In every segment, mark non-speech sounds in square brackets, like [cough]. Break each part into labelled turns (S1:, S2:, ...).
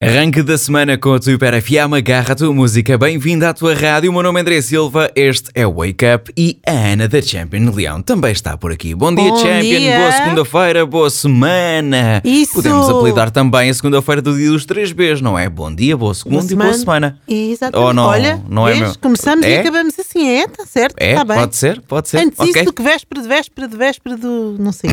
S1: Arranque da semana com a Super FM, agarra a tua música, bem-vindo à tua rádio, o meu nome é André Silva, este é o Wake Up e a Ana da Champion Leão também está por aqui. Bom dia
S2: Bom
S1: Champion,
S2: dia.
S1: boa segunda-feira, boa semana.
S2: Isso.
S1: Podemos apelidar também a segunda-feira do dia dos três Bs, não é? Bom dia, boa segunda e boa semana.
S2: Exatamente.
S1: Ou não-
S2: Olha,
S1: não é
S2: vês,
S1: meu-
S2: começamos
S1: É?
S2: e acabamos assim, é? Está certo?
S1: É,
S2: Está bem.
S1: pode ser, pode ser.
S2: Antes
S1: ok,
S2: isso do que véspera de véspera de véspera do. não
S1: [clears throat]
S2: sei.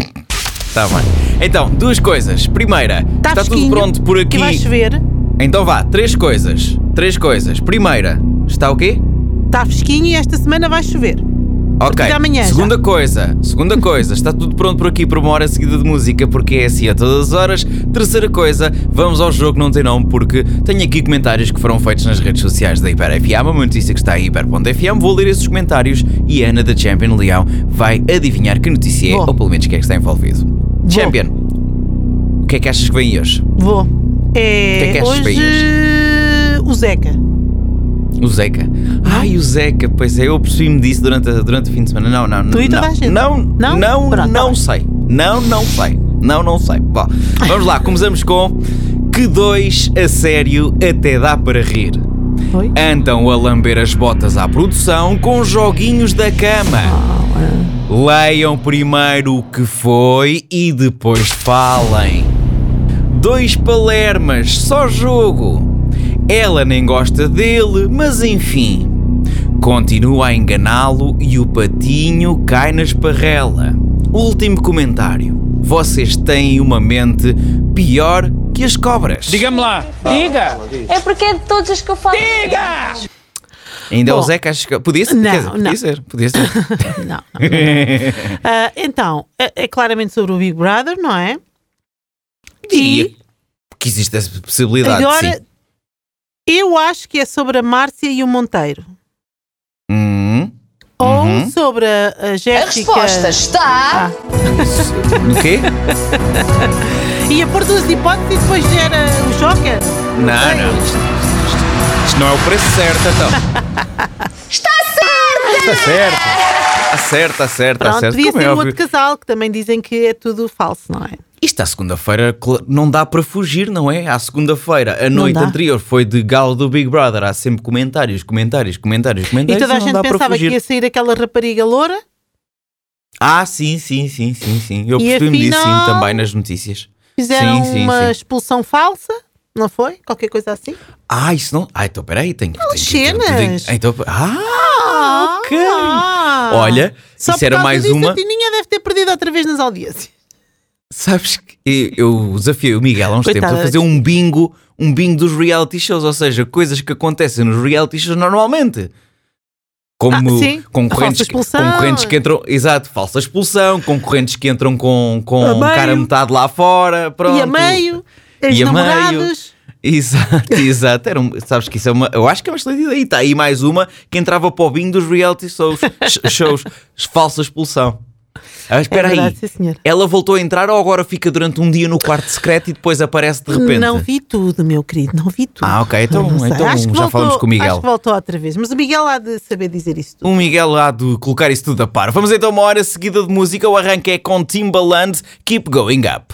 S2: Tá
S1: está bem. Então, duas coisas. Primeira, Tá
S2: Está,
S1: tudo
S2: Tá fresquinho,
S1: pronto por
S2: Que
S1: aqui.
S2: vai chover,
S1: Então vá, três coisas. Três coisas. Primeira, está o quê?
S2: está Tá fresquinho e esta semana vai chover.
S1: Ok.
S2: de amanhã,
S1: segunda coisa, segunda coisa, está tudo pronto por aqui para uma hora seguida de música, porque é assim a todas as horas. Terceira coisa, vamos ao jogo não tem nome, porque tenho aqui comentários que foram feitos nas redes sociais da Hiper FM, uma notícia que está em hiper.fm. Vou ler esses comentários e a Ana da Champion Leão vai adivinhar que notícia é,
S2: Bom.
S1: ou pelo menos quem é que está envolvido. Champion, o que é que achas que vem hoje?
S2: Vou. É,
S1: que é que achas,
S2: hoje. o Zeca.
S1: O Zeca. Ai, o Zeca, pois é, eu percebi-me disso durante, a- durante o fim de semana. Não, não,
S2: Tu
S1: não.
S2: e toda
S1: não,
S2: a gente.
S1: não, não,
S2: Não?
S1: não,
S2: Pronto, tá bem.
S1: sei. Não, não sei. Não, não sei. Bom, vamos
S2: [laughs]
S1: lá, começamos com que dois a sério até dá para rir.
S2: Oi?
S1: Andam a lamber as botas à produção com joguinhos da cama. Leiam primeiro o que foi e depois falem. Dois palermas, só jogo. Ela nem gosta dele, mas enfim. Continua a enganá-lo e o patinho cai na esparrela. Último comentário. Vocês têm uma mente pior que as cobras.
S3: Diga-me lá. Diga.
S4: É porque é de todos os que eu falo.
S1: Ainda é o
S2: Bom.
S1: Zeca, acho que. Podia ser?
S2: Não,
S1: quer dizer, podia
S2: não.
S1: ser. Podia
S2: [laughs]
S1: ser.
S2: Não,
S1: [laughs]
S2: não, não. Ah, então, é, é claramente sobre o Big Brother, não é?
S1: Diria que existe essa possibilidade.
S2: agora.
S1: Sim.
S2: Eu acho que é sobre a Márcia e o Monteiro.
S1: Hum.
S2: Ou
S1: Uhum.
S2: sobre a, a
S4: A
S2: Jéssica.
S4: resposta está.
S1: No
S2: [laughs]
S1: quê?
S2: E a pôr duas hipóteses e depois gera o Joker.
S1: Não, não. Isto, isto- isto não é o preço certo, então.
S2: [laughs]
S1: Está certo! Está certo! Está certo, está certo, está
S2: Pronto,
S1: certo.
S2: podia
S1: Como é
S2: ser o
S1: óbvio.
S2: outro casal, que também dizem que é tudo falso, não é?
S1: Isto à segunda-feira cla- não dá para fugir, não é? À segunda-feira, a
S2: Não
S1: noite
S2: dá.
S1: anterior foi de galo do Big Brother. Há sempre comentários, comentários, comentários,
S2: E
S1: comentários.
S2: toda a
S1: não
S2: gente
S1: dá para
S2: pensava que
S1: fugir.
S2: ia sair aquela rapariga loura.
S1: Ah, sim, sim, sim, sim, sim. Eu
S2: E
S1: percebi-me disso sim
S2: afinal-
S1: também nas notícias.
S2: Fizeram
S1: Sim, sim,
S2: uma
S1: sim.
S2: expulsão falsa, não foi? Qualquer coisa assim.
S1: Ah, isso não. Ah, então peraí, tenho que. Tenho, que- tenho, que- tenho,
S2: cenas.
S1: que- então, ah!
S2: Ah,
S1: ok.
S2: ah.
S1: Olha,
S2: Só
S1: isso
S2: por
S1: era
S2: causa
S1: mais
S2: disso,
S1: uma.
S2: A Tininha deve ter perdido outra vez nas audiências.
S1: Sabes que eu- eu desafiei o Miguel há uns
S2: Coitada
S1: tempos a
S2: da
S1: fazer um bingo, um bingo dos reality shows, ou seja, coisas que acontecem nos reality shows normalmente. Como
S2: Ah, sim.
S1: concorrentes,
S2: Falsa expulsão.
S1: concorrentes que entram, exato, falsa expulsão, concorrentes que entram com, com um
S2: A meio.
S1: cara metade lá fora, pronto.
S2: E a meio,
S1: meio.
S2: os namorados.
S1: Exato, [laughs] exato. Era um- sabes que isso é uma. Eu acho que é uma excelente ideia. E está aí mais uma que entrava para o bingo dos reality shows. sh- shows [laughs] falsa expulsão. Ah, espera
S2: é
S1: aí.
S2: verdade, sim, senhora.
S1: Ela voltou a entrar ou agora fica durante um dia no quarto secreto e depois aparece de repente?
S2: Não vi tudo, meu querido, não vi tudo.
S1: Ah, ok, então-
S2: Não sei.
S1: então
S2: Acho que
S1: já
S2: voltou-
S1: falamos com o Miguel.
S2: Acho que voltou outra vez, mas o Miguel há de saber dizer isso tudo.
S1: O Miguel há de colocar isso tudo a par. Vamos então a uma hora seguida de música. O arranque é com Timbaland. Keep going up.